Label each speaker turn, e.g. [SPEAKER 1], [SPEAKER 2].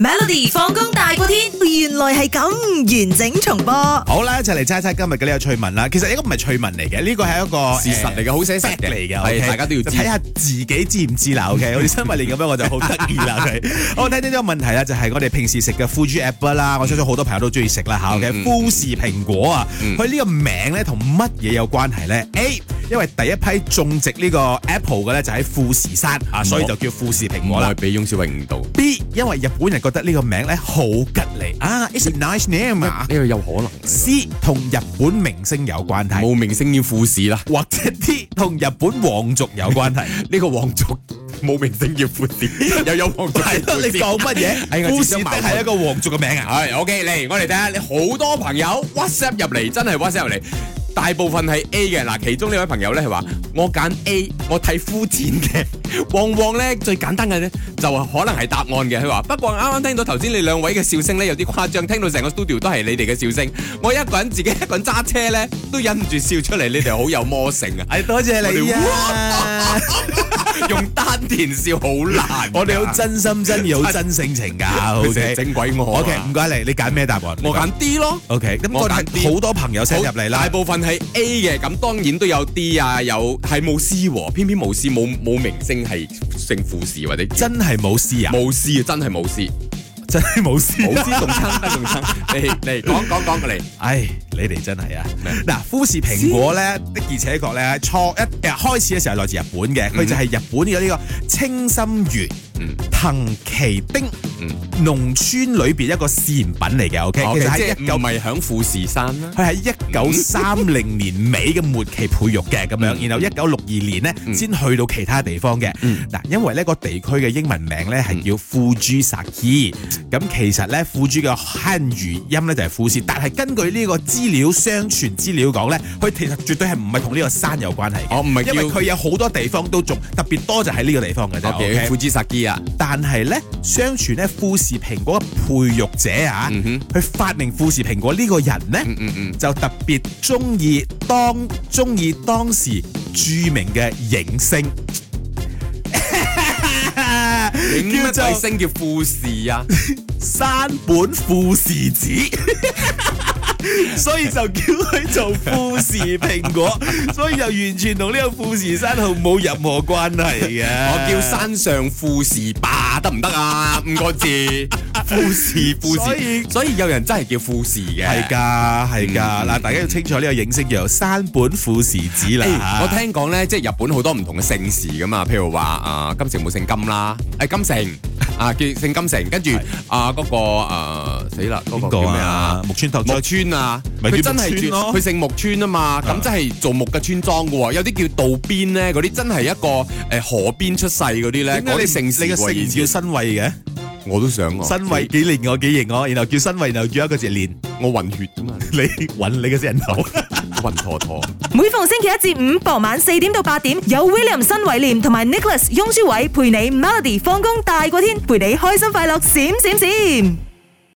[SPEAKER 1] Melody 放工大過天，原來係咁完整重播。
[SPEAKER 2] 好啦，一齊嚟猜猜今日嘅呢個趣聞啦。其實呢個唔係趣聞嚟嘅，呢個係一個
[SPEAKER 3] 事實哦嚟嘅，好寫實
[SPEAKER 2] fact 嚟嘅
[SPEAKER 3] 係
[SPEAKER 2] OK？
[SPEAKER 3] 大家都要知
[SPEAKER 2] 睇下自己知唔知啦。OK，好似 新聞年咁樣，我就好得意啦。佢，我睇呢個問題啦，就係我哋平時食嘅 Fuji apple 啦，我相信好多朋友都中意食啦嚇。OK，
[SPEAKER 3] 嗯
[SPEAKER 2] 富士蘋果啊，
[SPEAKER 3] 嗯
[SPEAKER 2] 佢呢個名咧同乜嘢有關係咧？A 因為第一批種植呢個 apple 嘅咧就喺富士山
[SPEAKER 3] 嗯
[SPEAKER 2] 啊，所以就叫富士蘋
[SPEAKER 3] 唔
[SPEAKER 2] 果啦
[SPEAKER 3] 愛。俾翁小榮誤導，呢
[SPEAKER 2] B 因為日本人覺得呢個名咧好吉利啊，it's a nice name 啊。
[SPEAKER 3] 個有可能呢個
[SPEAKER 2] C 同日本明星有關係，
[SPEAKER 3] 無名星要富士啦，
[SPEAKER 2] 或者 D 同日本皇族有關係。
[SPEAKER 3] 呢個皇族無名星要富 士，又有皇族要
[SPEAKER 2] 係咯，
[SPEAKER 3] 富士
[SPEAKER 2] 你。講乜
[SPEAKER 3] 哎
[SPEAKER 2] 嘢？
[SPEAKER 3] 我
[SPEAKER 2] 富
[SPEAKER 3] 自
[SPEAKER 2] 士
[SPEAKER 3] 相
[SPEAKER 2] 的
[SPEAKER 3] 矛
[SPEAKER 2] 係
[SPEAKER 3] 盾
[SPEAKER 2] 一個皇族嘅名啊！
[SPEAKER 3] 係 OK 嚟，我哋睇下，你好多朋友 WhatsApp 入嚟，真係 WhatsApp 入嚟。大部分係 A 嘅，嗱，其中呢位朋友咧係話：我揀 A，我睇膚淺嘅， 往往咧最簡單嘅咧就可能係答案嘅。佢話：不過啱啱聽到頭先你兩位嘅笑聲咧有啲誇張，聽到成個 studio 都係你哋嘅笑聲，我一個人自己 一個人揸車咧都忍唔住笑出嚟，你哋好有魔性啊！
[SPEAKER 2] 係多謝你啊！
[SPEAKER 3] 用丹田笑好難啊㗎，
[SPEAKER 2] 我哋好真心真意，好真性情 㗎。好
[SPEAKER 3] 佢成日
[SPEAKER 2] k
[SPEAKER 3] 整鬼我啊。
[SPEAKER 2] OK，唔該你，你揀咩答案？
[SPEAKER 3] 我揀 D 咯。
[SPEAKER 2] OK，咁我
[SPEAKER 3] 我揀 D
[SPEAKER 2] 哋好多朋友 send 入嚟
[SPEAKER 3] 大
[SPEAKER 2] 啦。
[SPEAKER 3] 部分係 A 嘅，咁當然都有 D 啊，有係冇 C 喎，偏偏冇 C，冇冇明星係姓富士或者叫
[SPEAKER 2] 真係冇事啊！
[SPEAKER 3] 冇 C 啊，真係冇 C，
[SPEAKER 2] 真係冇事
[SPEAKER 3] 冇 C 仲撐得仲撐，你嚟講講講嚟，
[SPEAKER 2] 唉，你哋真係啊！嗱，富士蘋果咧的而且確咧，初一誒開始嘅時候係來自日本嘅，佢就係日本嘅呢個清心園
[SPEAKER 3] 嗯
[SPEAKER 2] 藤崎町
[SPEAKER 3] 嗯哦
[SPEAKER 2] 農村裏邊一個試驗品嚟嘅。OK，
[SPEAKER 3] ，OK，
[SPEAKER 2] 其實
[SPEAKER 3] 即
[SPEAKER 2] 喺
[SPEAKER 3] 係
[SPEAKER 2] 一
[SPEAKER 3] 唔
[SPEAKER 2] 九
[SPEAKER 3] 係響富士山啦，
[SPEAKER 2] 佢喺一九三零年尾嘅末期培育嘅咁樣，
[SPEAKER 3] 嗯
[SPEAKER 2] 然後一九六二年呢
[SPEAKER 3] 嗯
[SPEAKER 2] 先去到其他地方嘅。
[SPEAKER 3] 嗯
[SPEAKER 2] 嗱，因為呢個地區嘅英文名呢係叫富珠薩基，咁其實呢，富珠嘅漢語音呢就係富士，但係根據呢個資料相傳資料講呢，佢其實絕對係唔係同呢個山有關係嘅，
[SPEAKER 3] 我唔係
[SPEAKER 2] 因為
[SPEAKER 3] 哦叫
[SPEAKER 2] 佢有好多地方都種，特別多就喺呢個地方嘅啫。
[SPEAKER 3] ，OK，
[SPEAKER 2] OK？
[SPEAKER 3] 富士薩基啊，
[SPEAKER 2] 但係呢，相傳呢，富士蘋果嘅培育者啊，
[SPEAKER 3] 嗯哼
[SPEAKER 2] 去發明富士蘋果呢個人呢。
[SPEAKER 3] 嗯嗯嗯，
[SPEAKER 2] 就特別中意當中意當時著名嘅影星，
[SPEAKER 3] 影
[SPEAKER 2] 叫
[SPEAKER 3] 乜鬼
[SPEAKER 2] 做
[SPEAKER 3] 星叫富士啊？
[SPEAKER 2] 山本富士子。所以就叫佢做富士蘋果，所以就完全同呢個富士山毫冇任何關係嘅。
[SPEAKER 3] 我叫山上富士吧，得唔得啊？五 個字，富士富
[SPEAKER 2] 所
[SPEAKER 3] 士
[SPEAKER 2] 以，
[SPEAKER 3] 所以有人真係叫富士嘅，
[SPEAKER 2] 係㗎，係㗎。
[SPEAKER 3] 嗯
[SPEAKER 2] 嗱，大家要清楚呢個影星叫做山本富士子啦。
[SPEAKER 3] 誒我聽講咧，即係日本好多唔同嘅姓氏噶嘛，譬如話啊、金城冇姓金啦，誒、金城啊叫姓金城，跟住啊嗰個啊死啦，嗰、
[SPEAKER 2] 邊
[SPEAKER 3] 個
[SPEAKER 2] 個
[SPEAKER 3] 叫咩啊
[SPEAKER 2] 啊？？木村拓哉
[SPEAKER 3] 木村啊，
[SPEAKER 2] 咪
[SPEAKER 3] 佢
[SPEAKER 2] 叫
[SPEAKER 3] 真
[SPEAKER 2] 木
[SPEAKER 3] 係
[SPEAKER 2] 村
[SPEAKER 3] 住
[SPEAKER 2] 咯
[SPEAKER 3] 佢姓木村啊嘛，咁真係做木嘅村莊噶喎，有啲叫道邊咧，嗰啲真係一個誒河邊出世嗰啲咧，
[SPEAKER 2] 點解
[SPEAKER 3] 嗰
[SPEAKER 2] 你
[SPEAKER 3] 啲姓氏
[SPEAKER 2] 你
[SPEAKER 3] 喎以
[SPEAKER 2] 嘅姓
[SPEAKER 3] 前
[SPEAKER 2] 叫新慧嘅？
[SPEAKER 3] 我都想 啊我
[SPEAKER 2] 身位幾連我幾型我，然後叫身位，然後叫一個字連，
[SPEAKER 3] 我混血啊噶嘛，
[SPEAKER 2] 你揾你嘅死人頭。
[SPEAKER 3] 混坨坨。
[SPEAKER 1] 每逢星期一至五傍晚四點到八點，有 William 新偉廉同埋 Nicholas 雍舒偉陪你 Melody 放工大過天，陪你開心快樂閃閃閃。